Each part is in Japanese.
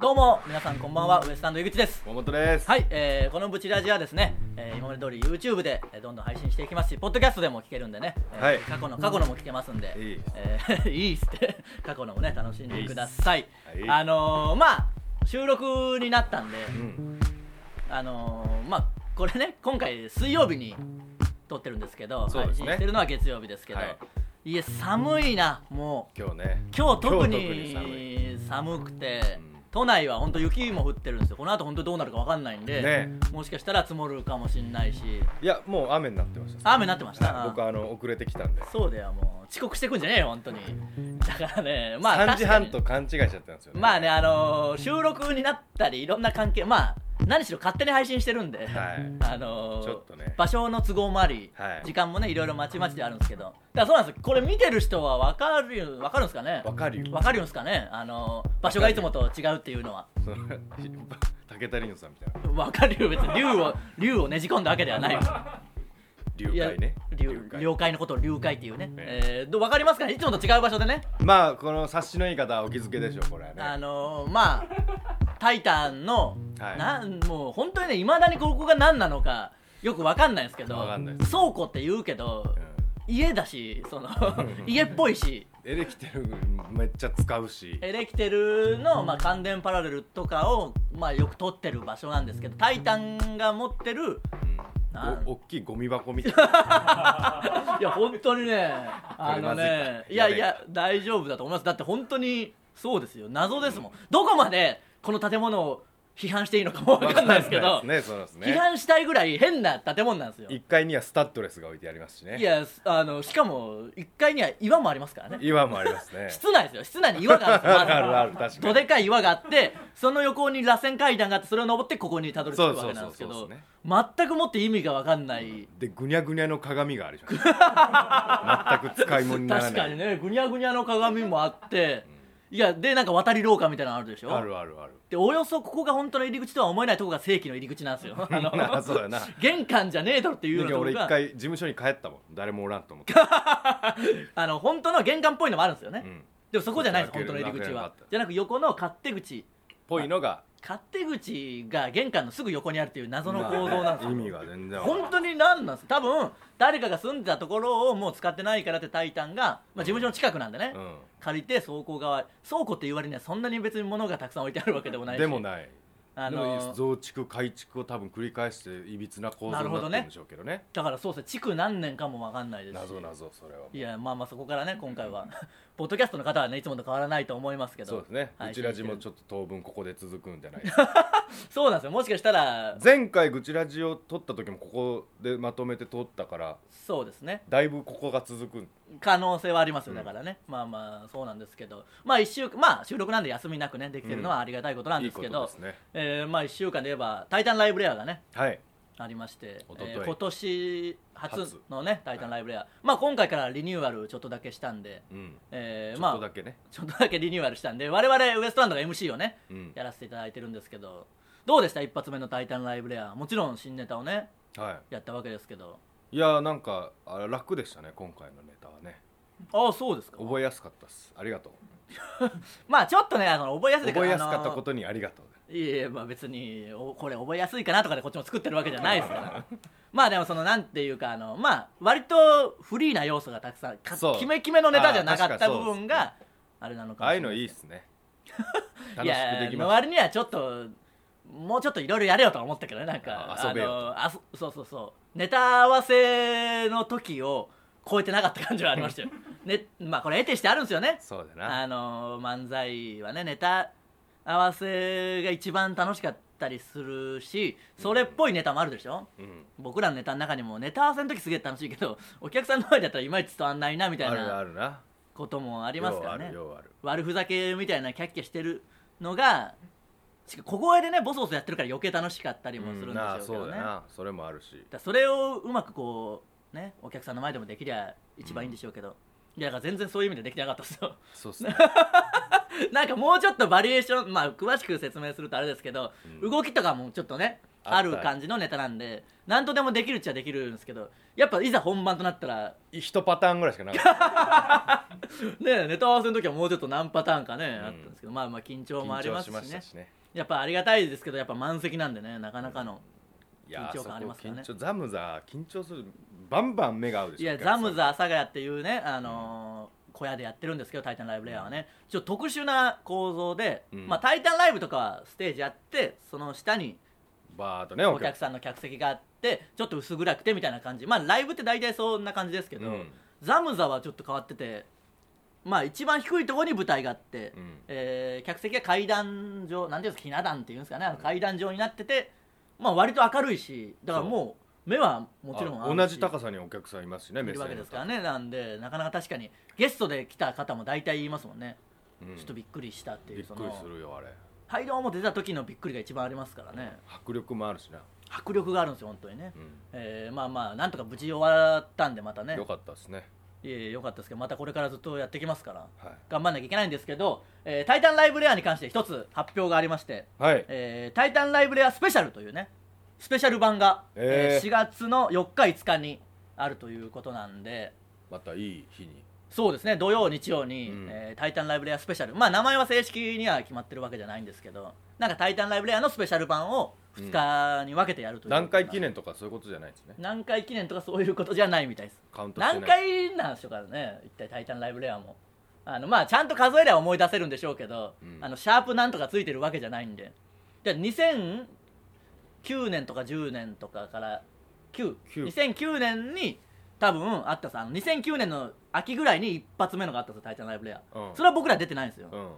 どうも皆さんこんばんはウエスタンド井口です桃本です。はい、えーこのブチラジはですね、えー今まで通り YouTube でえーどんどん配信していきますしポッドキャストでも聞けるんでね、えーはい過去の過去のも聞けますんで、いいえー いいっすって過去のもね楽しんでくださいいいっすはいあのーまあ収録になったんで、うん。あのーまあこれね今回水曜日に撮ってるんですけどそうですね配信してるのは月曜日ですけど、はいい、え寒いなもう今日ね。今日特今日特にに寒くてうん都内は本当雪も降ってるんですよこの後本当どうなるかわかんないんで、ねもしかしたら積もるかもしんないしいや、もう雨になってました。雨になってました、はい僕あの遅れてきたんで。そうだよもう遅刻してくんじゃねえよ本当にだからねまあ3時半確とか勘違いしちゃったんですよ、にまあね。あのー収録になったりいろんな関係まあ何しろ勝手に配信してるんで、はい。あのーちょっとね場所の都合もあり、はい時間もねいろいろまちまちであるんですけどだからそうなんですよこれ見てる人は分かる分かるんですかねわかるよ。わかるんですかねあの場所がいつもと違うっていうのはその 竹田凛さんみたいな。わかるよ別に竜 を竜をねじ込んだわけではないよ流会ね。いや竜流了解のことを竜解っていうね、えーどわかりますかねいつもと違う場所でねまあ、この察しのいい方はお気づきでしょう、これはね。あのーまあ「タイタンの」はいなんもう本当にねいまだにここが何なのかよくわかんないんですけどわかんないです倉庫って言うけど、うん家だしその家っぽいしエレキテルめっちゃ使うし。エレキテルの、まあ、感電パラレルとかを、まあ、よく撮ってる場所なんですけどタイタンが持ってるうんなんお大きいゴミ箱みたい な。いや本当にねあのねまずいかいやいや大丈夫だと思いますだって本当にそうですよ謎ですもん、どこまでこの建物を批判していいのかも分かんないですけわどかんないですね、そうで す批ね。判したいぐらい変な建物なんですよ1階にはスタッドレスが置いてありますしね。いやあのしかも1階には岩もありますからね岩もあります ね。室内ですよ室内に岩があるんですよあるあるある、確かに。どでかい岩があってその横に螺旋階段があってそれを登ってここにたどり着くわけなんですけそうそどうそうそうで全くもって意味が分かんない、でぐにゃぐにゃの鏡があるじゃん全く使い物にならない確かにねぐにゃぐにゃの鏡もあって、いやでなんか渡り廊下みたいなのあるでしょあるあるあるでおよそここが本当の入り口とは思えないとこが正規の入り口なんですよあのあ そうだよな玄関じゃねえだろっていうようなでとこ俺一が回事務所に帰ったもん誰もおらんと思ってあの本当の玄関っぽいのもあるんですよね、んでもそこじゃないですそ本う当そうの入り口開けるは開けなかったじゃなく横の勝手口ぽいのが勝手口が玄関のすぐ横にあるっていう謎の構造なんですよ、意味が全然わかんない本当に何なんです多分誰かが住んでたところをもう使ってないからってタイタンが、まあ、事務所の近くなんでね、うん借りて倉庫側倉庫って言われにはそんなに別に物がたくさん置いてあるわけでもないしでもないあでのも増築改築を多分繰り返していびつな構造になってるんでしょうけどねだからそうですね築何年かもわかんないですし謎謎それはいやまあまあそこからね今回は ポッドキャストの方はねいつもと変わらないと思いますけどそうですねはいぐちラジもちょっと当分ここで続くんじゃないですか そうなんですよもしかしたら前回ぐちラジを撮った時もここでまとめて撮ったからそうですねだいぶここが続く可能性はありますよだからね、まあまあそうなんですけどまあ一週まあ収録なんで休みなくねできてるのはありがたいことなんいでいすこけとどですねえーまあ1週間で言えば「タイタンライブレア」がねはいありまして、おとといー今年初初のね「タイタンライブレア」まあ今回からリニューアルちょっとだけしたんで、うんえちーょまっとだあけねちょっとだけリニューアルしたんで我々ウエストランドが MC をねうんやらせていただいてるんですけどどうでした一発目の「タイタンライブレア」もちろん新ネタをねはやったわけですけどい、いやーなんかあ楽でしたね今回のネタはねああそうですか覚えやすかったですありがとうまあちょっとねあの覚えやすい覚えやすかったあのことにありがとういえいえまあ別におこれ覚えやすいかなとかでこっちも作ってるわけじゃないですからまあでもそのなんていうかあのまあ割とフリーな要素がたくさんかそうキメキメのネタじゃなかあっー確たかに部そう分があれなのかあもあしれいうなのいいいでっすすね い楽しくやできのます割にはちょっともうちょっといろいろやれよとは思ったけどねなんかあ遊べよあのあそそうそうそうネタ合わせの時を超えてなかった感じはありました よ、ね、まあこれ得てしてあるんですよねそうだなあの漫才はねネタ合わせが一番楽しかったりするしそれっぽいネタもあるでしょ、うん僕らのネタの中にもネタ合わせの時すげえ楽しいけど お客さんの前だったらいまいち伝わんないなみたいあるなあるなあこともありますからねようある悪ふざけみたいなキャッキャしてるのがしかも小声でねボソボソやってるから余計楽しかったりようもあするるんでしなあょうけそどうね、だだかなそれもあるしらそれをうまくこうねお客さんの前でもできりゃ一番いいんでしょうけど、いやだから全然そういう意味でできてなかったですよそ うっすねなんかもうちょっとバリエーション、まあ、詳しく説明するとあれですけど、うん動きとかもちょっとねあったある感じのネタなんで何とでもできるっちゃできるんですけどやっぱいざ本番となったら、一パターンぐらいしかなかったね、ネタ合わせの時はもうちょっと何パターンかね、んあったんですけどどまあまあ緊張もあり緊ま張すししまねしたしねやっぱありがたいですけどやっぱ満席なんでねなかなかの、いやー緊張感ありますからねそこ緊張ザムザ緊張するバンバン目が合うでしょいやお客さザんムザ阿佐ヶ谷っていうね、あのー小屋でやってるんですけど「タイタンライブレア」はねちょっと特殊な構造で、うんまあ、タイタンライブとかはステージあってその下にバーっとねお客さんの客席があってちょっと薄暗くてみたいな感じまあライブって大体そんな感じですけど、うんザムザはちょっと変わっててまあ一番低いところに舞台があって、うんえー客席が階段状なんていうんですかひな壇っていうんですかねあの階段状になってて、まあ割と明るいしだからもう目はもちろんあ同じ高高さにお客さんいますしいね目る線わのけですからねなんでなかなか確かにゲストで来た方も大体言いますもんね、うんちょっとびっくりしたっていびうっそくりすのるよあれハイドンも出た時のびっくりが一番ありますからね迫力もあるしな、迫力があるんですよ本当にね、うえーまあまあなんとか無事終わったんでまたん、ねよかったですねいえいえよかったですけどまたこれからずっとやってきますからは頑張んなきゃいけないんですけど「えータイタンライブレア」に関して一つ発表がありましてい、は「いえータイタンライブレアスペシャル」というねスペシャル版が、えーえー4月の4日5日にあるということなんでまたいい日にそうですね土曜日曜に、うんえータイタンライブレアスペシャル」まあ名前は正式には決まってるわけじゃないんですけどなんか「タイタンライブレア」のスペシャル版を2日に分けてやるという、何回記念とかそういうことじゃないですね何回記念とかそういうことじゃないみたいですカウントして何ない回なんでしょうからね一体「タイタンライブレアも」あのまあちゃんと数えれば思い出せるんでしょうけど、うんあのシャープなんとかついてるわけじゃないんでじゃあ2009年とか10年とかから9九2009年に多分あったさあの2009年の秋ぐらいに一発目のがあったさ「タイタンライブレア」うんそれは僕ら出てないんですよ、うん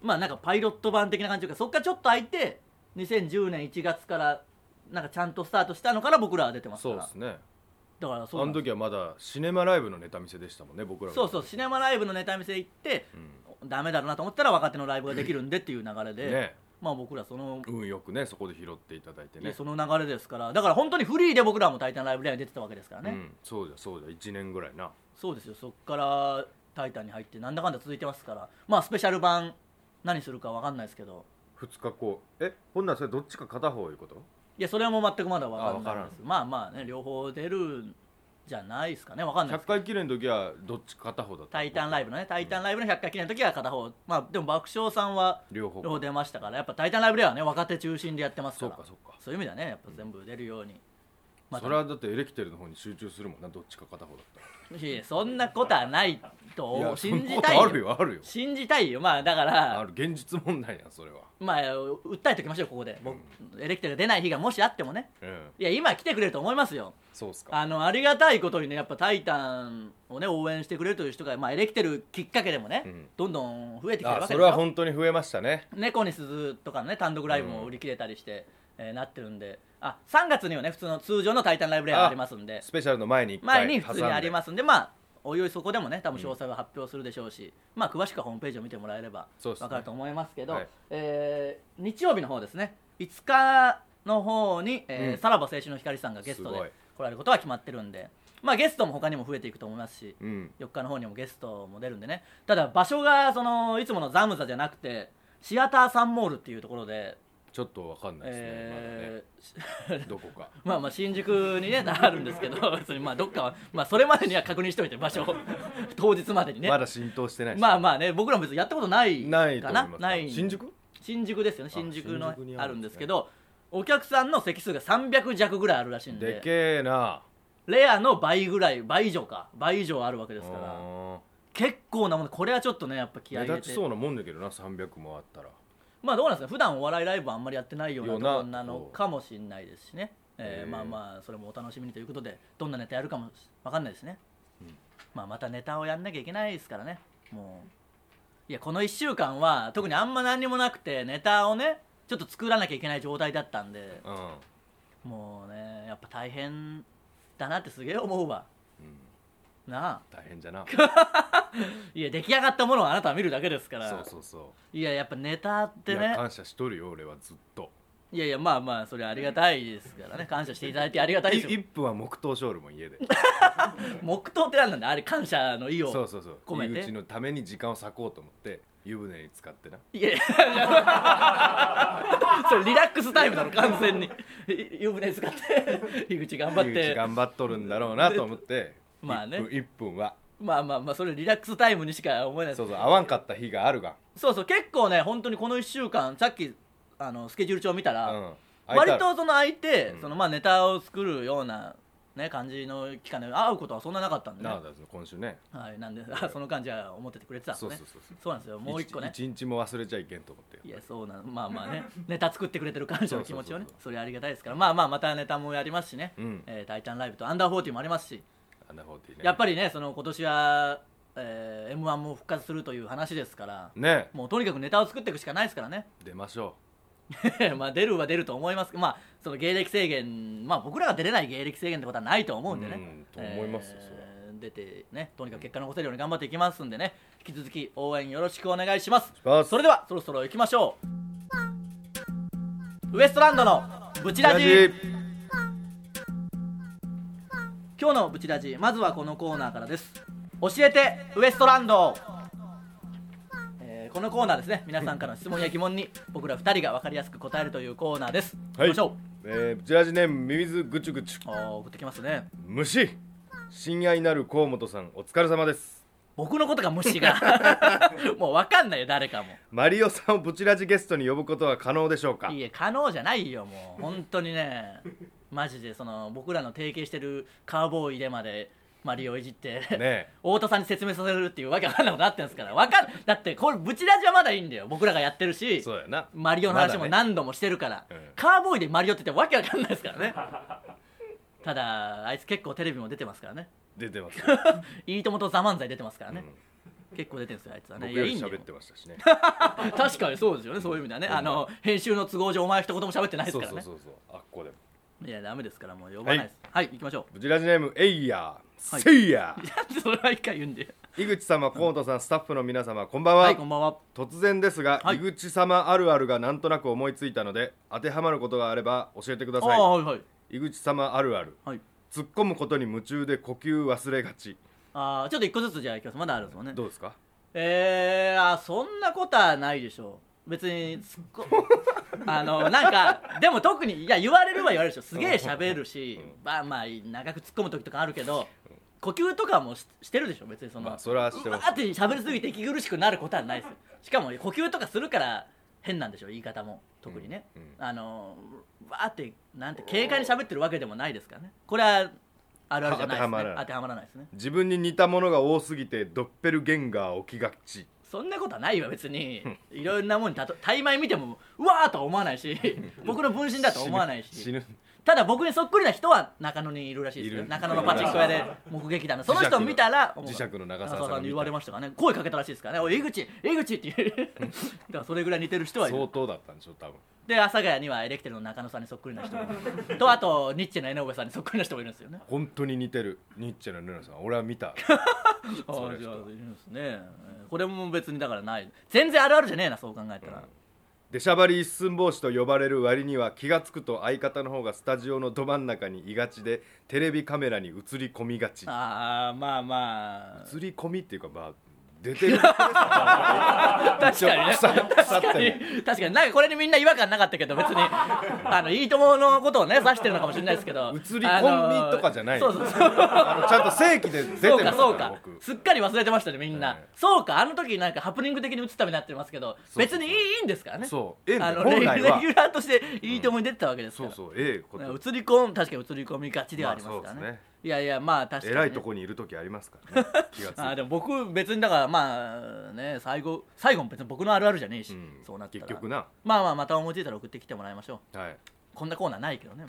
まあなんかパイロット版的な感じというかそっからちょっと空いて2010年1月からなんかちゃんとスタートしたのから僕らは出てますかそうらですねだからあそうなんのです時はまだシネマライブのネタ見せでしたもんね僕らがそうそうシネマライブのネタ見せ行ってうんダメだろうなと思ったら若手のライブができるんでっていう流れで、ねまあ僕らその、運よくねそこで拾っていただいていやねその流れですからだから本当にフリーで僕らも「タイタンライブ」レアに出てたわけですからね、うん、そうじゃそうじゃ1年ぐらいなそうですよそっから「タイタン」に入ってなんだかんだ続いてますからまあスペシャル版何するかわかんないですけど2日こうえほんならそれどっちか片方いうこといやそれも全くまだわかんなあわからいんですまあまあね両方出るんじゃないですかねわかんないで100すけど回記念の時はどっちか片方だっ「たタイタンライブ」ののね「タイタンライブ」の100回記念の時は片方まあでも爆笑さんは両方両方出ましたからやっぱ「タイタンライブ」ではね若手中心でやってますかそうらかそうかそういう意味ではねやっぱ全部出るように、まあそれはだってエレキテルの方に集中するもんなどっちか片方だったらいやそんなことはないいとや信そんじなたこいとよあるよ あるよ信じたいよまあだかあらる現実問題やんそれはまあ訴えときましょうここで、僕エレキテルが出ない日がもしあってもねうんいや今来てくれると思いますよそうっすかあのありがたいことにねやっぱ「タイタン」をね応援してくれるという人が、まあ、エレキテルきっかけでもね、うんどんどん増えてきてるあわけそですれはよ本当に増えましたね猫に鈴とかのね単独ライブも売り切れたりして、えーなってるんであ3月にはね普通の通常の「タイタンライブレア」ありますんでスペシャルの前に1回前に普通にありますすんでまあおいおいそこでもね多分詳細は発表するでしょうし、まあ詳しくはホームページを見てもらえればそう分ですねかると思いますけど、はいえー日曜日の方ですね5日の方に、えーうんさらば青春の光さんがゲストすごいで来られることは決まってるんでまあゲストも他にも増えていくと思いますし、うん4日の方にもゲストも出るんでねただ場所がそのいつものザムザじゃなくてシアターサンモールっていうところで、ちょっとわかんないですね,、えーまだねどこかまあまあ新宿にねあるんですけど 別にまあどっかは、まあ、それまでには確認しておいて場所を当日まで にねまだ浸透してないですまあまあね僕らも別にやったことないかなないと思いますない新宿新宿ですよね新宿の新宿にああるるんんでですねすけどお客さんの席数が300弱ぐらいあるらしいんででけえなレアの倍ぐらい倍以上か倍以上あるわけですからあ結構なものこれはちょっとねやっぱ気合目い入れ立てちそうなもんだけどな300もあったらまあどうなんですか普段お笑いライブはあんまりやってないようなとよこうなろなのかもしれないですしね、えーへーまあまあそれもお楽しみにということでどんなネタやるかもわかんないですね、うんまあまたネタをやんなきゃいけないですからねもういやこの1週間は特にあんま何にもなくてネタをねちょっと作らなきゃいけない状態だったんでうん、うんもうねやっぱ大変だなってすげえ思うわな大 変じゃなあいや出来上がったものをあなたは見るだけですからそうそうそいややっぱネタっう、ていやね感謝しとるよ俺はずっといやいやまあまあそれありがたいですからね感謝していただいてありがたいですよ1分は黙祷ショールも家で黙祷って何なんだあれ感謝の意をそうそうそう込めて入り口のために時間を割こうと思って湯船に使ってないやいや それリラックスタイムだろ完全にい湯船使って井口頑張っ入りて口頑張っとるんだろうなと思って まあね1分一分はまあまあまあそれリラックスタイムにしか思えないですそうそう合わんかった日があるがそうそう結構ね本当にこの1週間さっきあのスケジュール帳見たら、うん空いた割とその空いて、うんそのまあネタを作るような、ね、感じの期間で会うことはそんななかったんで、ねなあだぞ今週ねはい、なんであその感じは思っててくれてたんですそうねそうそうそうそうなんですよもう一個ね一日も忘れちゃいけんと思っていやそうなんまあまあね ネタ作ってくれてる感謝の気持ちをねそうそうそうそれありがたいですからまあまあまたネタもやりますしね「うんえータイタンライブ」と「アンダーフォーティーもありますし、アナフォーティねやっぱりねその今年は、え m 1も復活するという話ですからねもうとにかくネタを作っていくしかないですからね出ましょ まあ出るは出ると思いますけどまあその芸歴制限まあ僕らが出れない芸歴制限ってことはないと思うんでね、うんと思いますよそれは出てねとにかく結果残せるように頑張っていきますんでね引き続き応援よろしくお願いしますうそれではそろそろ行きましょうウエストランドのブチラジ今日のブチラジまずはこのコーナーからです教えてウエストランド、えーこのコーナーですね皆さんからの質問や疑問に僕ら2人が分かりやすく答えるというコーナーです、はい行きましょえージャージネームミミズグチュグチュうあー送ってきますね虫親愛なる河本さんお疲れ様です僕のことが虫 がもう分かんないよ誰かもマリオさんをブチラジゲストに呼ぶことは可能でしょうかいいえ可能じゃないよもう本当にねマジでその僕らの提携してるカウボーイでまでマリオいじって、ね太田さんに説明させるっていうわけわかんないことなってるんですからわかんだってこれブチラジはまだいいんだよ僕らがやってるしそうやなマリオの話もまだね何度もしてるから、うんカーボーイでマリオって言ってわけわかんないですからねただあいつ結構テレビも出てますからね出 てます「いいとも」と「ザ・漫才」出てますからね、結構出てるんですよあいつはね僕いよやいいりんだよ喋ってました しね確かにそうですよねそういう意味ではね、うんあの編集の都合上お前は一言も喋ってないですそうからそうねそうそうあっこでもいやダメですからもう呼ばないですはい、行きましょブチラジネームエイヤー、はいセイヤうなんでそれは一回言うんでー井口様河本さんスタッフの皆様こんばん は、はいこんばんは突然ですが、はい井口様あるあるがなんとなく思いついたので当てはまることがあれば教えてくだあさあいはいはい井口様あるあるはい突っ込むことに夢中で呼吸忘れがちあーちょっと一個ずつじゃあいきますまだあるんですもんねどうですかえー、あそんなことはないでしょう別にすっご あのなんかでも特にいや言われるは言われるでしょすげえ喋るし、まあまあ長く突っ込む時とかあるけど呼吸とかもししてるでしょ別にその、まあそれはしてうわますーって喋りすぎて息苦しくなることはないですよしかも呼吸とかするから変なんでしょ言い方も特にね、うんうんあのわーってなんて軽快に喋ってるわけでもないですからねこれはあるあるじゃないですね当てはまらない当てはまらないですね自分に似たものが多すぎてドッペルゲンガー起きがちそんなことはないわ別にいろんなもんにたと大枚見てもうわーとは思わないし僕の分身だとは思わない死しぬただ僕にそっくりな人は中野にいるらしいですいよる中野のパチンコ屋で目撃談のその磁石人の見たら磁石の長澤さんが見た長に言われましたからね声かけたらしいですからね「おい井口井口」って 言うだからそれぐらい似てる人はい相る当だったんでしょ多分で阿佐ヶ谷にはエレキテルの中野さんにそっくりな人もいるとあとニッチェの江上さんにそっくりな人もいるんですよね本当に似てるニッチェのヌナさん俺は見たあそうーいうじ人ゃあはいるんですねえーこれも別にだからない全然あるあるじゃねえなそう考えたら、出しゃばり一寸法師と呼ばれる割には気がつくと相方の方がスタジオのど真ん中にいがちでテレビカメラに映り込みがちああまあまあ映り込みっていうかまあ出 てる確かにね腐って確かに確かになんかこれにみんな違和感なかったけど 別にあのいいとものことをね指してるのかもしれないですけど映り込みとかじゃないあのそうそうそうあのちゃんと正規で出てそまうかすかそうらか僕すっかり忘れてましたねみんな、はいそうかあの時なんかハプニング的に映ったみたいになってますけどそうそう別にいいいいんですからねそうええんだあよのレ本ギ来ュはレギュラーとしていいともに出てたわけですかそら、うそうええこなんとか映り込む確かに映り込みがちではありますからね,、まあそうですねいやいやまあ確かに、えね、らいとこにいる時ありますからね気がついあーてでも僕別にだからまあね最後最後も別に僕のあるあるじゃねえし、うん そうなったら結局なまあまあまた思いついたら送ってきてもらいましょうはいこんなコーナーないけ どね、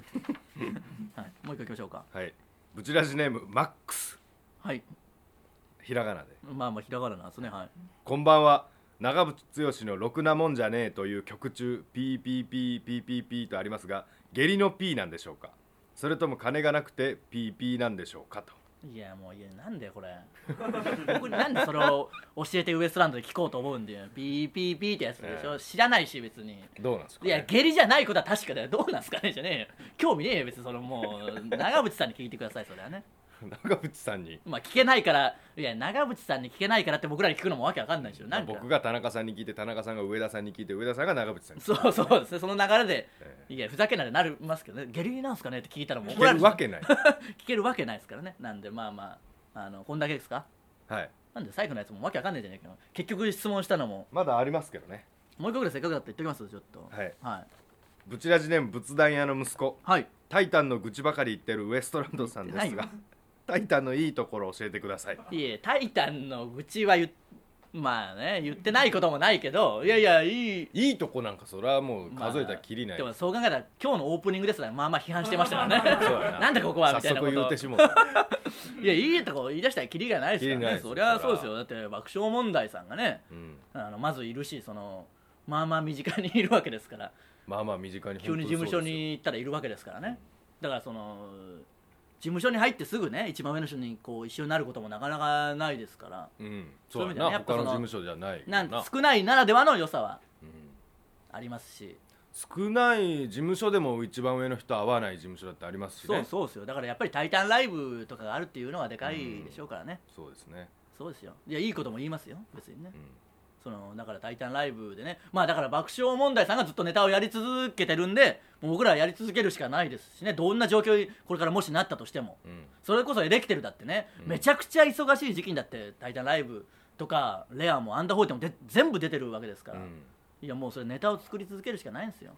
はい、もう一個いきましょうかはいブチラジネームマックスはいひらがなでまあまあひらがななんですねはいこんばんは長渕剛の「ろくなもんじゃねえ」という曲中「ピーピーピーピーピーピー」とありますが下痢の「ピー」なんでしょうかそれとも金がなくて「ピーピー」なんでしょうかといやもういやなんだよこれ僕なんでそれを教えてウエストランドで聞こうと思うんだよピーピーピーってやつでしょ、え知らないし別にどうなんですか、いやね、下痢じゃないことは確かだよどうなんすかねじゃねえよ興味ねえよ別にそのもう長渕さんに聞いてくださいそれはね長渕さんにまあ聞けないからいや長渕さんに聞けないからって僕らに聞くのもわけわかんないでしょなんか僕が田中さんに聞いて田中さんが上田さんに聞いて上田さんが長渕さんに聞いてそうそうですねその流れで、えいやふざけんなでなりますけどね下痢なんすかねって聞いたらもう聞怒らけれるるわけない聞けるわけないですからねなんでまあまああのこんだけですかはいなんで最後のやつもわけわかんないじゃねえかよ結局質問したのもまだありますけどねもう一個ぐらいせっかくだって言っておきますちょっとはいはい、ブチラジネーム仏壇屋の息子はいタイタンの愚痴ばかり言ってるウエストランドさんで言すってながいタイタンのいいところを教えてくださいいえ「タイタン」の愚痴は言っまあね言ってないこともないけどいやいやいいいいとこなんかそれはもうまあ数えたらきりない、でもそう考えたら今日のオープニングですらまあまあ批判してましたからね そうやなんだここはみたい早なこ速言うとてしもうたいやいいとこ言い出したらキリがないですからキリないねですよそりゃそうですよだって爆笑問題さんがねうんあのまずいるしそのまあまあ身近にいるわけです からまあまあ身近に急に事務本当そ所うですよに行ったらいるわけですからねだからその事務所に入ってすぐね一番上の人にこう一緒になることもなかなかないですからうんそうそいうう意味やではなねやっぱ他のその事務所じゃないななん少ないならではの良さはうんありますし少ない事務所でも一番上の人合わない事務所だってありますしそうねそうですよだからやっぱり「タイタンライブ」とかがあるっていうのはでかいでしょうからねそうですね、そうですよいやいいことも言いますよ別にねうんそのだから「タイタンライブ」でねまあだから爆笑問題さんがずっとネタをやり続けてるんでもう僕らはやり続けるしかないですしねどんな状況にこれからもしなったとしてもうんそれこそエレキテルだってね、うんめちゃくちゃ忙しい時期にだって「タイタンライブ」とか「レア」も「アンダーホーテもで全部出てるわけですから、うんいやもうそれネタを作り続けるしかないんですよ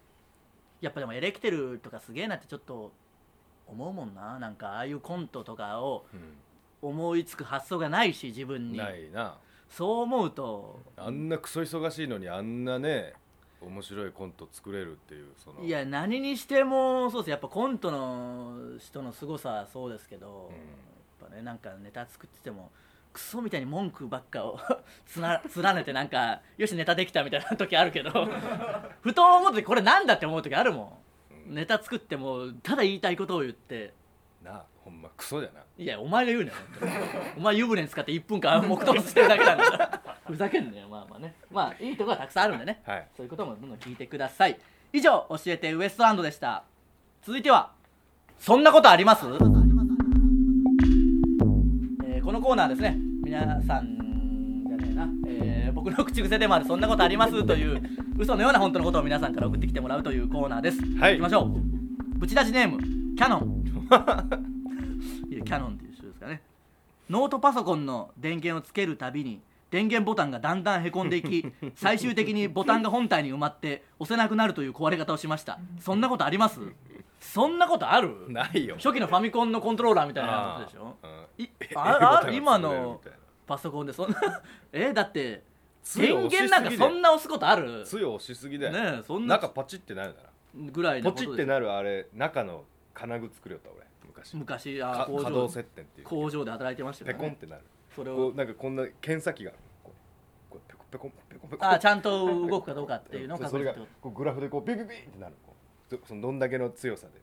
やっぱでもエレキテルとかすげえなってちょっと思うもんななんかああいうコントとかを思いつく発想がないし自う分んにないなそう思うとあんなクソ忙しいのにあんなね面白いコント作れるっていうそのいや何にしてもそうですやっぱコントの人の凄さはそうですけど、やっぱねなんかネタ作っててもクソみたいに文句ばっかを つな連ねてなんかよしネタできたみたいな時あるけど ふと思ってこれなんだって思う時あるもんネタ作ってもただ言いたいことを言ってなほんまクソじゃないやお前が言うなよ本当にお前湯船に使って1分間黙祷してるだけなんだからふざけんなよまあまあねまあいいとこはたくさんあるんでねはいそういうこともどんどん聞いてください以上教えてウエストランドでした続いてはそんなことあります、えーこのコーナーですね皆さんじゃねえな、えー僕の口癖でもあるそんなことありますという嘘のような本当のことを皆さんから送ってきてもらうというコーナーです、はい行きましょうぶち出しネームキャノンいやキャノンっていう人ですかねノートパソコンの電源をつけるたびに電源ボタンがだんだんへこんでいき 最終的にボタンが本体に埋まって押せなくなるという壊れ方をしましたそんなことありますそんなことあるないよ初期のファミコンのコントローラーみたいなことでしょあいーうんあ A ボタンが潰れある今みのたいなパソコンでそんなえだって強い電源なんかそんな押すことあるつよ押しすぎだよ、ねえそんな中パチってなるなぐらいらのポこチとっでてなるあれ中の金具作るよった俺昔昔あかー工可動場接点っていう工場で働いてましたかペら、コンっね、てなるそれこをうなんかこんな検査機があるこうこうペコペコペコペコあーちゃんと動くかどうかっていうのをそう確それ認がってことこうグラフでこうビビビってなるこうそそのどんだけの強さで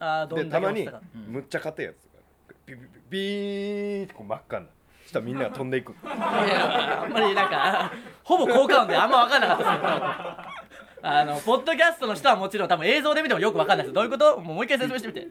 あーどでんだたけま押しにたかうんむっちゃ硬いやつがビビビビーンってこう真っ赤になるそしたらみんなが飛んでいく いやあんまりなんかほぼ効果音であんま分かんなかったですけどあのポッドキャストの人はもちろん多分映像で見てもよく分かんないですどういうこともうもう一回説明してみて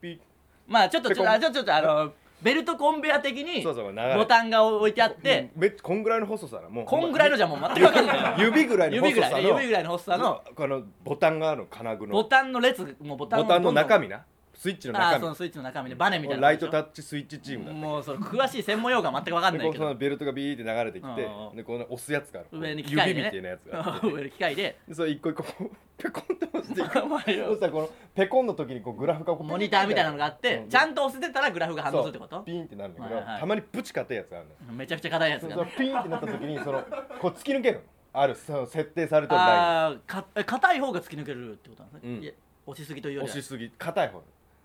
ピまあちょっとちょっとペコンあちょっとちょっとあのベルトコンベア的にそうそう流れボタンが置いてあってめっちゃこんぐらいの細さなもうこんぐらいのじゃもう全く分かんない指ぐら いの指ぐ細らさいの指ぐらいの細さのこのボタンがあるの金具のボタンの列もボタンボタンの中身身なスイッチのあ中ーそ身のスイッチの中身でバネみたいなライトタッチスイッチチームだったもうその詳しい専門用語は全く分かんでないこうけそのどベルトがビーって流れてきてうんうんでこの押すやつがある上に機械指でみたねいなやつがあって 上に機械ででそれ一個一個こうペコンって押していく お前よそしたらこのペコンの時にこうグラフがこうモニターみたいなのがあってちゃんとと押せてたらグラフが反応するってことピンってなるんだけど、はいはいたまにブチ硬いやつがあるのよめちゃくちゃ硬いやつそがそのねピンってなった時にそのこう突き抜けるのあるその設定されてるラインあーかえ硬い方が突き抜けるってことなんですね、うんいや押しすぎというより押はしすぎ硬い方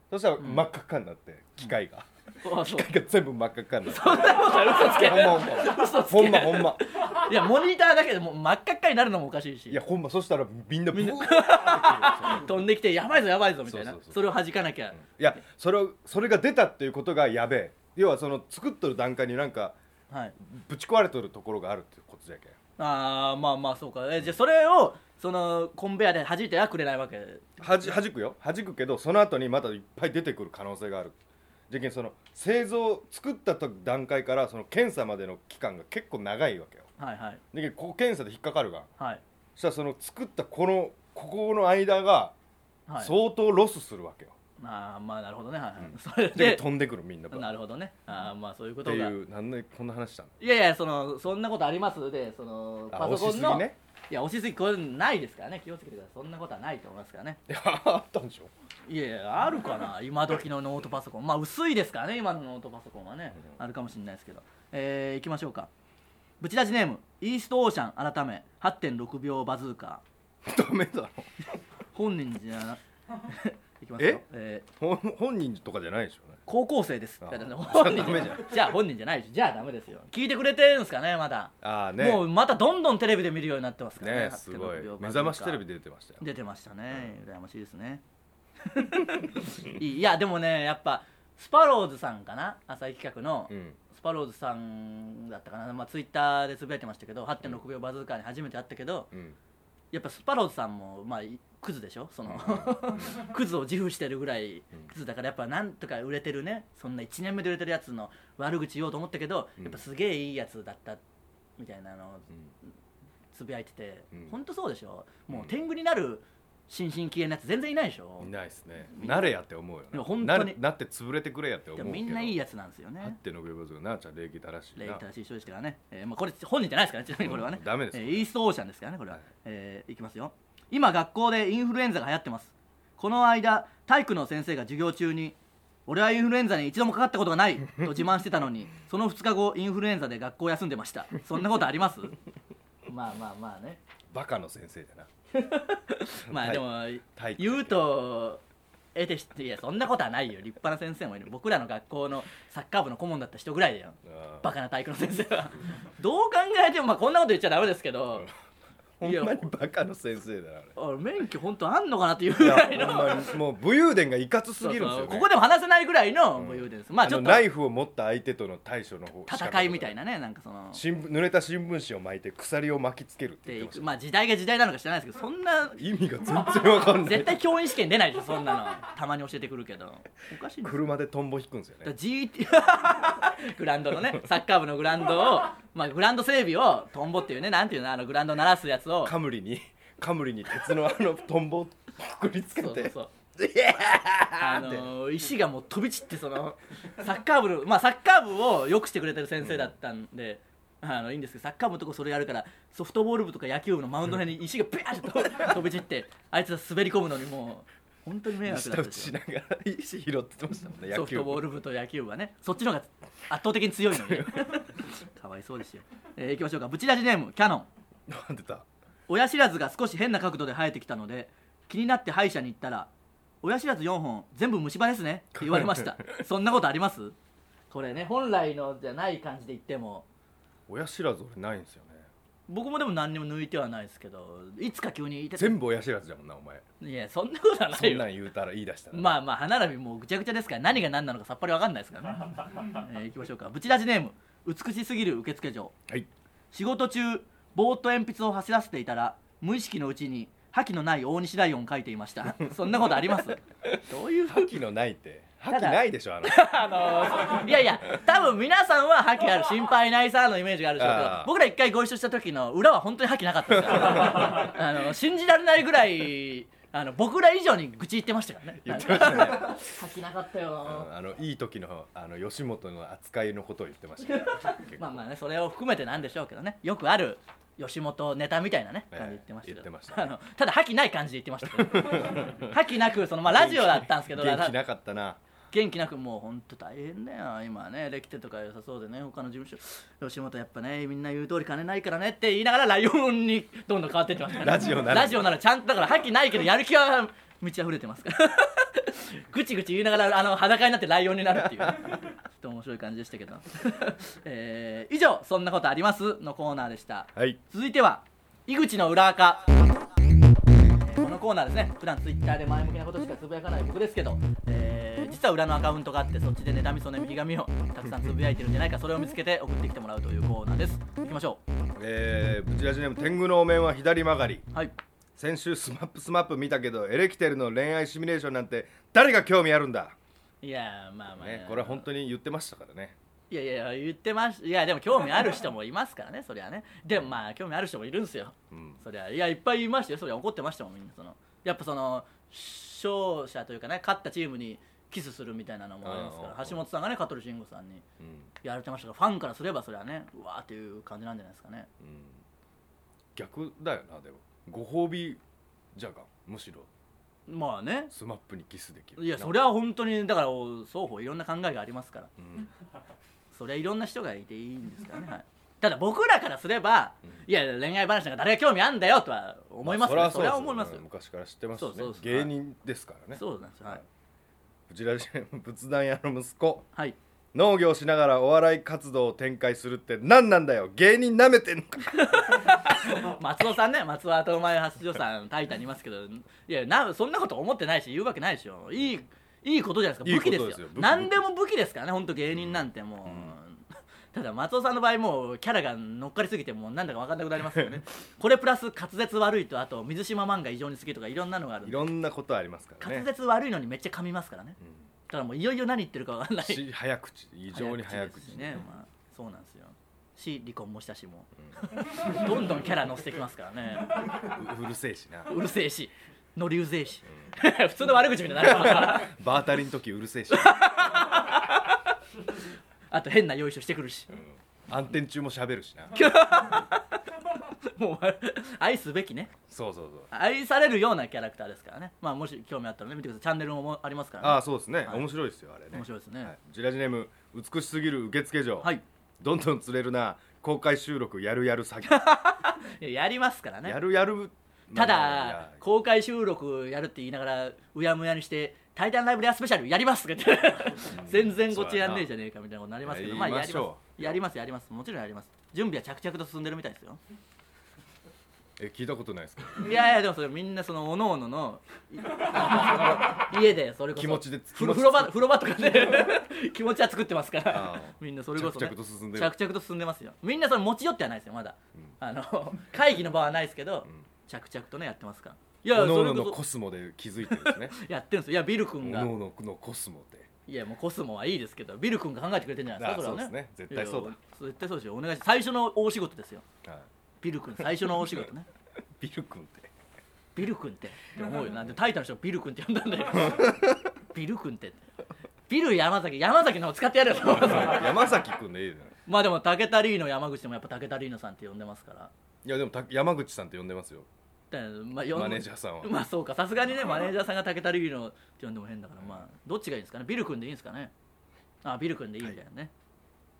そしたらん真っ赤っかになって機械が、 あそう機械が全部真っ赤っかになって嘘つけほんまほんまほんまほんまいやモニターだけでもう真っ赤っかになるのもおかしいしいやほんまそしたらみんなブ ーって飛んできてやばいぞやばいぞみたいなそそうそうそうれを弾かなきゃ、いやそれをそれが出たっていうことがやべえ要はその作っとる段階になんかはいぶち壊れとるところがあるってことじゃけんあーまあまあそうかえじゃあそれをそのコンベアで弾いてはくれないわけはじ弾くよ弾くけどその後にまたいっぱい出てくる可能性があるじゃけんその製造作ったと段階からその検査までの期間が結構長いわけよはいはいじゃけんここ検査で引っかかるがはいそしたらその作ったこのここの間がはい相当ロスするわけよ、ああまあなるほどねはい、はいうんそれでで飛んでくるみんなバーなるほどねああまあそういうこってとがいうなんでこんな話したのいやいやそのそんなことありますでそのあパソコ押しンすぎの、ねいや押しすぎこれないですからね気をつけてくださいそんなことはないと思いますからねいやあったんでしょいやいやあるかな今時のノートパソコンまあ薄いですからね今のノートパソコンはねあるかもしれないですけどえー、いきましょうかブチラジネームイーストオーシャン改め8.6秒バズーカダメだろ本人 じゃないきますよええーほん本人とかじゃないでしょうね高校生ですあだからじゃあ本人ダメじゃんじゃあ本人じゃないでしょじゃあダメですよ聞いてくれてるんですかねまだああねもうまたどんどんテレビで見るようになってますからねねすごい8.6秒目覚ましテレビで出てましたよ出てましたね、羨ましいですね いいいやでもねやっぱスパローズさんかな浅井企画のうんスパローズさんだったかな、まあ、ツイッターでつぶやいてましたけど8.6秒バズーカーに初めて会ったけどうんやっぱスパローズさんもまあいクズでしょその クズを自負してるぐらいクズだからやっぱなんとか売れてるねそんな1年目で売れてるやつの悪口言おうと思ったけど、うんやっぱすげえいいやつだったみたいなのをうんつぶやいてて、うんほんとそうでしょもううん天狗になる新進気鋭のやつ全然いないでしょいないですねみんななれやって思うよいやな本当になれなって潰れてくれやって思でうもけどみんないいややつなんですよね8.6秒バズーなちゃん礼儀正しい礼儀な正しい人ですからね、えーまあ、これ本人じゃないですからねちなみにこれはね、うんダメですえーイーストオーシャンですからねこれは、はいえーいきますよ今学校でインフルエンザが流行ってますこの間体育の先生が授業中に俺はインフルエンザに一度もかかったことがないと自慢してたの にその2日後インフルエンザで学校休んでましたそんなことあり ますまあまあまあねバカの先生だなまあでも、体育言うと得てしていやそんなことはないよ立派な先生もいる僕らの学校のサッカー部の顧問だった人ぐらいだよあーバカな体育の先 生はどう考えても、まあ、こんなこと言っちゃダメですけどほんまにバカの先生だなあれあ免許本当あんのかなっていういぐやら いのほんまにもう武勇伝がいかつすぎるんでそすうそよ、うね、ここでも話せないぐらいの武勇伝です、まあちょっのとナイフを持った相手との対処の方戦いみたいななねなんかその新聞濡れた新聞紙を巻いて鎖を巻きつけるってで言いってくままあ時代が時代なのか知らないですけどそんなした意味が全然わかんな絶い対教員試験出ないでしょそんなのたまに教えてくるけどおかしいんですよ車でトンボ引くんですよだからね GT グラウンドのねサッカー部のグラウンドを、まあ、グラウンド整備をトンボっていうねなんていうのあのグラウンドを鳴らすやつをカムリにカムリに鉄のあのトンボをくくりつけてそうそうそういやあーってのー石がもう飛び散ってそのサッカー部のまあサッカー部をよくしてくれてる先生だったんで、あのいいんですけどサッカー部のとこそれやるからソフトボール部とか野球部のマウンドの辺に石がペーッと飛び散ってあいつは滑り込むのにもう本当に迷惑だった下打でちすしよながら石拾ってましたもんね野球ソフトボール部と野球部はねそっちの方が圧倒的に強いのに かわいそうですよ、えー、いきましょうかブチラジネームキャノンなんでだ親知らずが少し変な角度で生えてきたので気になって歯医者に行ったら「親知らず4本全部虫歯ですね」って言われましたそんなことありますこれね本来のじゃない感じで言っても親知らず俺ないんですよね僕もでも何にも抜いてはないですけどいつか急に痛全部親知らずじゃもんなお前いやそんなことはなそいんよなん言うたら言い出したらまあまあ歯並びもうぐちゃぐちゃですから何が何なのかさっぱり分かんないです からね、えー、いきましょうかブチラジネーム美しすぎる受付嬢はい仕事中ぼーっと鉛筆を走らせていたら無意識のうちに覇気のない大西ライオンを描いていました そんなことありますどういう覇気のないって覇だ気ないでし ょあのあのいやいや多分皆さんは覇気ある心配ないさのイメージがあるでしょうけどあー僕ら一回ご一緒した時の裏は本当に覇気なか ったですからあの信じられないぐらいあの僕ら以上に愚痴言ってましたからね言ってましたね 覇気なかったよ、うんあのいい時のあの吉本の扱いのことを言ってましたね結構まあまあねそれを含めてなんでしょうけどねよくある吉本ネタみたいなねええ感じで言ってましたけど、言ってましたねあのただ覇気ない感じで言ってましたけど覇気なくその、まあ、ラジオだったんですけど元気元なかったな気元気なくもう本当大変だよ今ねできてとか良さそうでね他の事務所吉本やっぱねみんな言う通り金ないからねって言いながらライオンにどんどん変わっていってますからラジオならラジオならちゃんとだから覇気ないけどやる気は満ち溢れてますからぐちぐち言いながらあの裸になってライオンになるっていうね、ちょっと面白い感じでしたけど、 えー以上「そんなことあります?」のコーナーでしたはい続いては井口の裏垢、えーこのコーナーですね普段ツイッターで前向きなことしかつぶやかない僕ですけど、えー実は裏のアカウントがあってそっちで妬みそねみひがみをたくさんつぶやいてるんじゃないかそれを見つけて送ってきてもらうというコーナーですいきましょえー、ブチラジネーム天狗のお面は左曲がりうはい先週スマップスマップ見たけどエレキテルの恋愛シミュレーションなんて誰が興味あるんだ、いやーまあまあ、ね、これは本当に言ってましたからねいやいや言ってましいやでも興味ある人もいますからねそりゃねでもまあ興味ある人もいるんですようんそりゃいやいっぱいいましたよそりゃ怒ってましたもんみんなそのやっぱその勝者というかね勝ったチームにキスするみたいなのもありますかうんうんうらん橋本さんがね香取慎吾さんにうんやられてましたがファンからすればそれはねうわーっていう感じなんじゃないですかねうん逆だよなでもご褒美じゃがむしろまあねスマップにキスできるいやそれは、は本当にだから双方いろんな考えがありますからうんそれはいろんな人がいていいんですからね、はい、ただ僕らからすれば、うんいや恋愛話なんか誰が興味あんだよとは思いますね、あそれは思いますようん昔から知ってますしそねうそうそう芸人ですからねそうなんですよはい、ブチラジ仏壇屋の息子はい、農業しながらお笑い活動を展開するって何なんだよ芸人なめてん のか 松尾さんね松尾後前発情さんタイタンいますけどいやなそんなこと思ってないし言うわけないでしょいいいいことじゃないですかいい武こと器ですですよよ武器何でも武器ですからね本当芸人なんてもう、ただ松尾さんの場合もうキャラが乗っかりすぎてもうなんだか分かんなくなりますよ ねこれプラス滑舌悪いとあと水島漫画異常に好きとかいろんなのがあるんいでろんなことありますからね滑舌悪いのにめっちゃ噛みますからねうんただもういよいよ何言ってるか分かんないし早口異常に早口ですしね、まあ、そうなんですよし離婚もしたしもう、 どんどんキャラ乗せてきますからねううるせえしなうるせえし乗りうぜえし、普通の悪口みたいになるからバータリの時うるせえしあと変な用意書してくるし暗転中も喋るしなもう愛すべきねそうそうそう愛されるようなキャラクターですからねまあもし興味あったらね見てくださいチャンネルもありますからねああそうですね、はい面白いですよあれね面白いですねはジラジネーム美しすぎる受付嬢、はいどんどん釣れるな公開収録やるやる詐欺いややりますからねやるやるたまあいだや公開収録やるって言いながらうやむやにして「対談ライブレアスペシャルやります」とか言って全然こっちやんねえじゃねえかみたいなことになりますけどやりまあやまりしまょすやりますやりますもちろんやります準備は着々と進んでるみたいですよえ聞いたことないですけどいやいやでもそれみんなそのおのおののいなんかその家でそれこそ気持ちでふ風呂場風呂場とかで 気持ちは作ってますかああらみんなそれこそ、ね、着々と進んでる着々と進んでますよみんなそれ持ち寄ってはないですよまだ、あの会議の場はないですけど、着々とねやってますからいやおのそおれののこコスモで気づいてるんで すねそやってるんですよいやビルお君がのおののコスモでいやもうコスモはいいですけどビル君が考えてくれてんじゃないですかあそあれはねそうですね絶対そうだいや絶対そうですよお願いし最初の大仕事ですよはいビル君最初の大仕事ねビル君ってビル君ってって思うよなんでタイタンの人をビル君って呼んだんだよ ビル君ってビル山崎山崎の方使ってやるよ山崎君でいいじゃない まあでも竹田リーノ山口でもやっぱ竹田リーノさんって呼んでますからいやでもた山口さんって呼んでますよだからまあ呼んマネージャーさんはまあそうかさすがにねマネージャーさんが竹田リーノって呼んでも変だからまあどっちがいいんですかねビル君でいいんですかねあビル君でいいみたいなね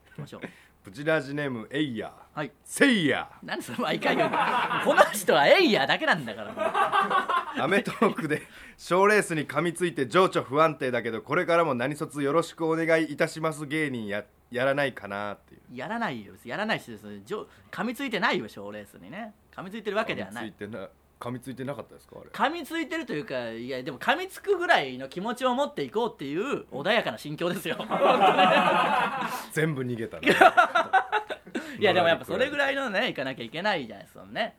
行きましょうプチラジネームエイヤーはいセイヤ何それ毎回言うのこの人はエイヤーだけなんだからもうーアメトークで賞ーレースに噛みついて情緒不安定だけどこれからも何卒よろしくお願いいたします芸人ややらないかなっていうやらないよやらないしですねじょ噛みついてないよ賞レースにね噛みついてるわけではな噛みいついてな噛みついてなかったですかあれ噛みついてるというかいやでも噛みつくぐらいの気持ちを持っていこうっていう穏やかな心境です よ全部逃げたないやでもやっぱそれぐらいのね行かなきゃいけないじゃないですかね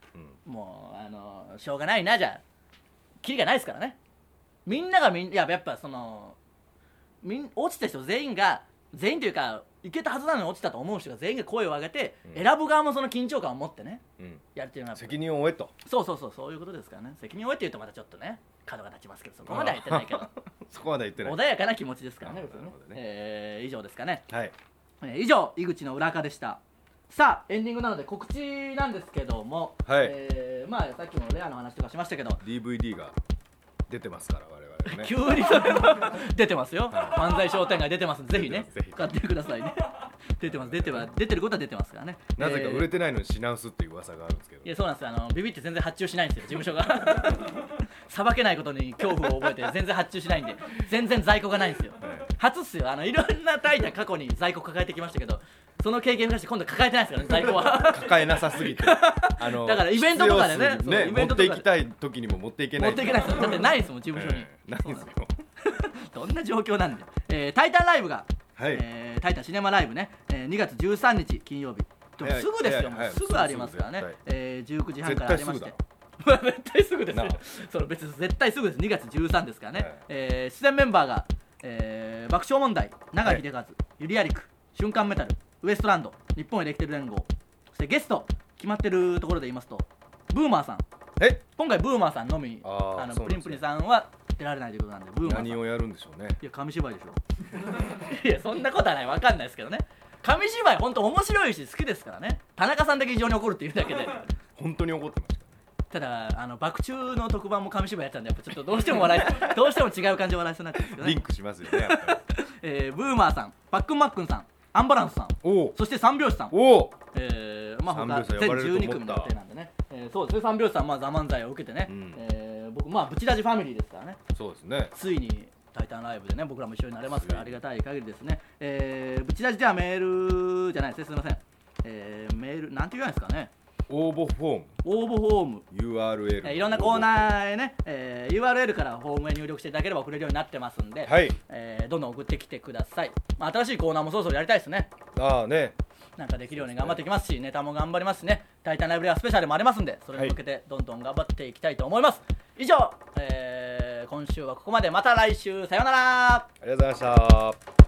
うんもうあのしょうがないなじゃあキリがないですからねみんながみんいややっぱそのみん落ちた人全員が全員というかいけたはずなのに落ちたと思う人が全員が声を上げて、うん選ぶ側もその緊張感を持ってねうんやるっていうのはやっぱ責任を負えとそうそうそうそういうことですからね責任を負えって言うとまたちょっとね角が立ちますけどそこまでは言ってないけどそこまでは言ってない穏やかな気持ちですからねなる別にねほどねえー以上ですかね、はいえー以上井口の裏垢でしたさあエンディングなので告知なんですけども、はいえーまあさっきもレアの話とかしましたけど DVD が出てますから我々ね急にそれは出て ますよ漫才商店街出てますんでぜひね出て買ってくださいね出てます出ては出てることは出てますからねなぜか売れて、てないのに品薄っていう噂があるんですけどえーいやそうなんですよあのビビって全然発注しないんですよ事務所が さばけないことに恐怖を覚えて全然発注しないんで全然在庫がないんですよはい初っすよあのいろんなタイタン過去に在庫抱えてきましたけどその経験を生かして今度抱えてないですからね在庫は抱えなさすぎてあのだからイベントとかでね必要数そうイベ持ントっとかてでいきたい時にも持っていけな持いっていけないですよだってないですもん事務所にえ、え ないですよどんな状況なんで、えータイタンライブが、はいえータイタンシネマライブね、えー2月13日金曜日でも早いすぐですよ、も早い早いうすぐありますからねすぐすぐ、えー19時半からあ絶対りすまぐしだてろ。まあ 絶対すぐですなよあその別に絶対すぐです2月13ですからね、はいえー出演メンバーが、えー爆笑問題長井秀和、ゆりやりく瞬間メタルウエストランド日本エレキテル連合そしてゲスト決まってるところで言いますとブーマーさんえ今回ブーマーさんのみあーのそうプなリんですねンプリンさんはってられないということなんでブーマーさん何をやるんでしょうねいや紙芝居でしょ いやそんなことはないわかんないですけどね紙芝居本当面白いし好きですからね田中さんだけ異常に怒るっていうだけで本当に怒ってましたただあの爆中の特番も紙芝居やったんでやっぱちょっとどうしても笑 いどうしても違う感じで笑いそうになってるんですけどリンね、クしますよねやっ ぱりえーブーマーさんパックンマックンさんアンバランスさんおおそして三拍子さんおおえー、まあ三他拍子全は呼ばれると思った12組の予定なんでね、えーそうですね三拍子さんまあ「ザ漫才を受けてね、うんえー僕まあブチラジファミリーですからねそうですねついに「タイタンライブ」でね僕らも一緒になれますからありがたい限りですね、えー、ブチラジではメールじゃないですねすいません、えーメールなんて言うんですかね応募フォーム応募フォーム URL えーいろんなコーナーへね、えー URL からフォームへ入力していただければ送れるようになってますんで、はいえーどんどん送ってきてください、まあ、新しいコーナーもそろそろやりたいですねああねなんかできるように頑張っていきますしネタも頑張りますしね「タイタンライブ」ではスペシャルもありますんでそれに向けてどんどん頑張っていきたいと思います、以上、えー今週はここまでまた来週さようならありがとうございました